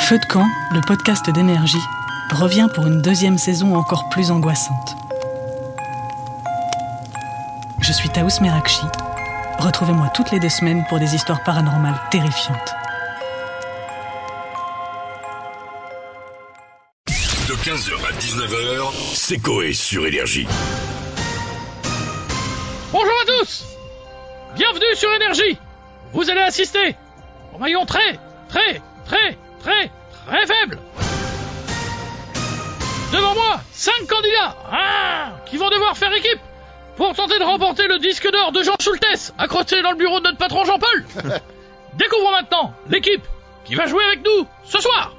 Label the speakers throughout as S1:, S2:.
S1: Feu de camp, le podcast d'énergie, revient pour une deuxième saison encore plus angoissante. Je suis Taous Merakchi. Retrouvez-moi toutes les deux semaines pour des histoires paranormales terrifiantes.
S2: De 15h à 19h, c'est Coé sur Énergie.
S3: Bonjour à tous Bienvenue sur Énergie Vous allez assister au maillon très, très, très, très, très faible Devant moi, 5 candidats ah, qui vont devoir faire équipe pour tenter de remporter le disque d'or de Jean Schultes, accroché dans le bureau de notre patron Jean-Paul Découvrons maintenant l'équipe qui va jouer avec nous ce soir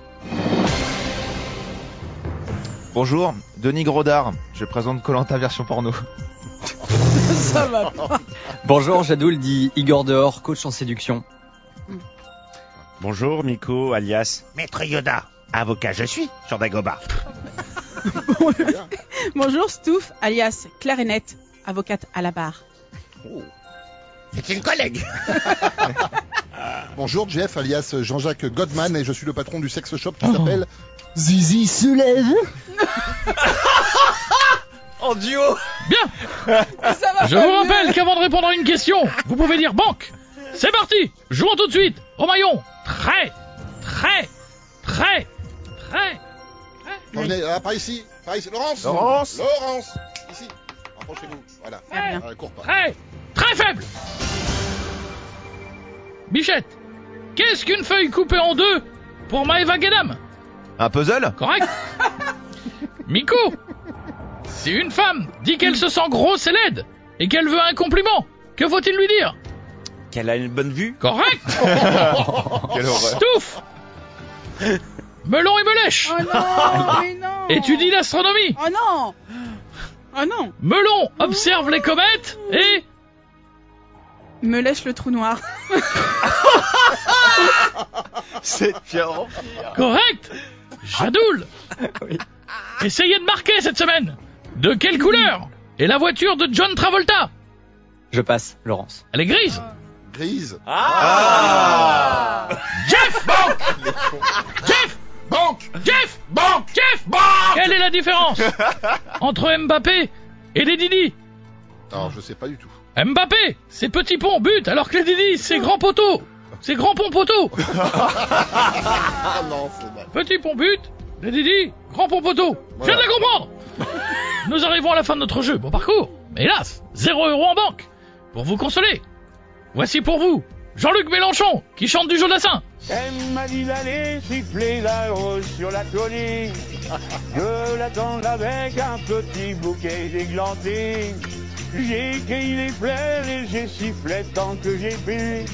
S4: Bonjour, Denis Grodard, je présente Colanta version porno.
S5: Bonjour, Jadoul dit Igor Dehors, coach en séduction.
S6: Bonjour Miko, alias Maître Yoda, avocat je suis sur Dagoba.
S7: Bonjour Stouff, alias Clarinette, avocate à la barre.
S6: C'est une collègue.
S8: Bonjour Jeff, alias Jean-Jacques Godman, et je suis le patron du sex shop qui
S1: Oh.
S8: s'appelle
S9: Zizi soulève
S5: En duo
S3: Je vous rappelle qu'avant de répondre à une question, vous pouvez dire banque. C'est parti, jouons tout de suite au maillon. Très, très, très, très.
S8: Revenez, ah, par ici, par ici, Laurence
S4: Laurence.
S8: Laurence Ici Rapprochez-vous, voilà.
S3: Très,
S8: Ah, cours pas.
S3: très, très faible. Bichette, qu'est-ce qu'une feuille coupée en deux pour Maeva Guédam
S4: Un puzzle
S3: Correct Miko Si une femme dit qu'elle se sent grosse et laide et qu'elle veut un compliment, que faut-il lui dire
S6: Qu'elle a une bonne vue
S3: Correct
S10: Oh,
S4: Quelle horreur.
S3: Stouff Melon et Melèche
S7: Oh non, mais non
S3: Étudie l'astronomie
S7: Oh non Oh non
S3: Melon observe les comètes et...
S7: Me lèche le trou noir.
S4: C'est
S3: Correct Jadoul Essayez de marquer cette semaine De quelle couleur est la voiture de John Travolta
S5: Je passe, Laurence.
S3: Elle est grise
S8: Grise.
S3: Jeff Banque Jeff
S8: Banque
S3: Jeff Banque Jeff Banque Quelle est la différence entre Mbappé et les Didi
S8: Alors, je sais pas du tout.
S3: Mbappé, c'est petit pont, but, alors que les Didi, c'est grand poteau C'est grand pont poteau
S8: Ah non, c'est mal.
S3: Petit pont but, les Didi, grand pont poteau Je viens de la comprendre Nous arrivons à la fin de notre jeu, bon parcours Mais hélas, 0 euros en banque Pour vous consoler Voici pour vous Jean-Luc Mélenchon, qui chante du Jodassin
S10: Elle m'a dit d'aller siffler la rose sur la colline. Je l'attends avec un petit bouquet d'églantines. J'ai cueilli les fleurs et j'ai sifflé tant que j'ai pu.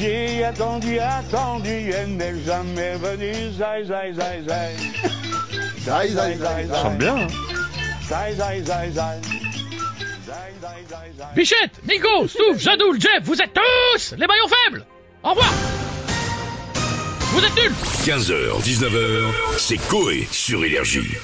S10: J'ai attendu, attendu, elle n'est jamais venue. Zai, zai, zai, zai.
S8: Zai, zai, zai,
S6: Ça
S8: zai.
S6: chante bien. hein.
S10: Zai, zai, zai, zai. Zai, zai, zai, zai.
S3: Bichette, Nico, Stouff, Jadoul, Jeff, vous êtes tous les maillons faibles Au revoir Vous êtes nuls
S2: 15h, 19h, c'est Coé sur Énergie.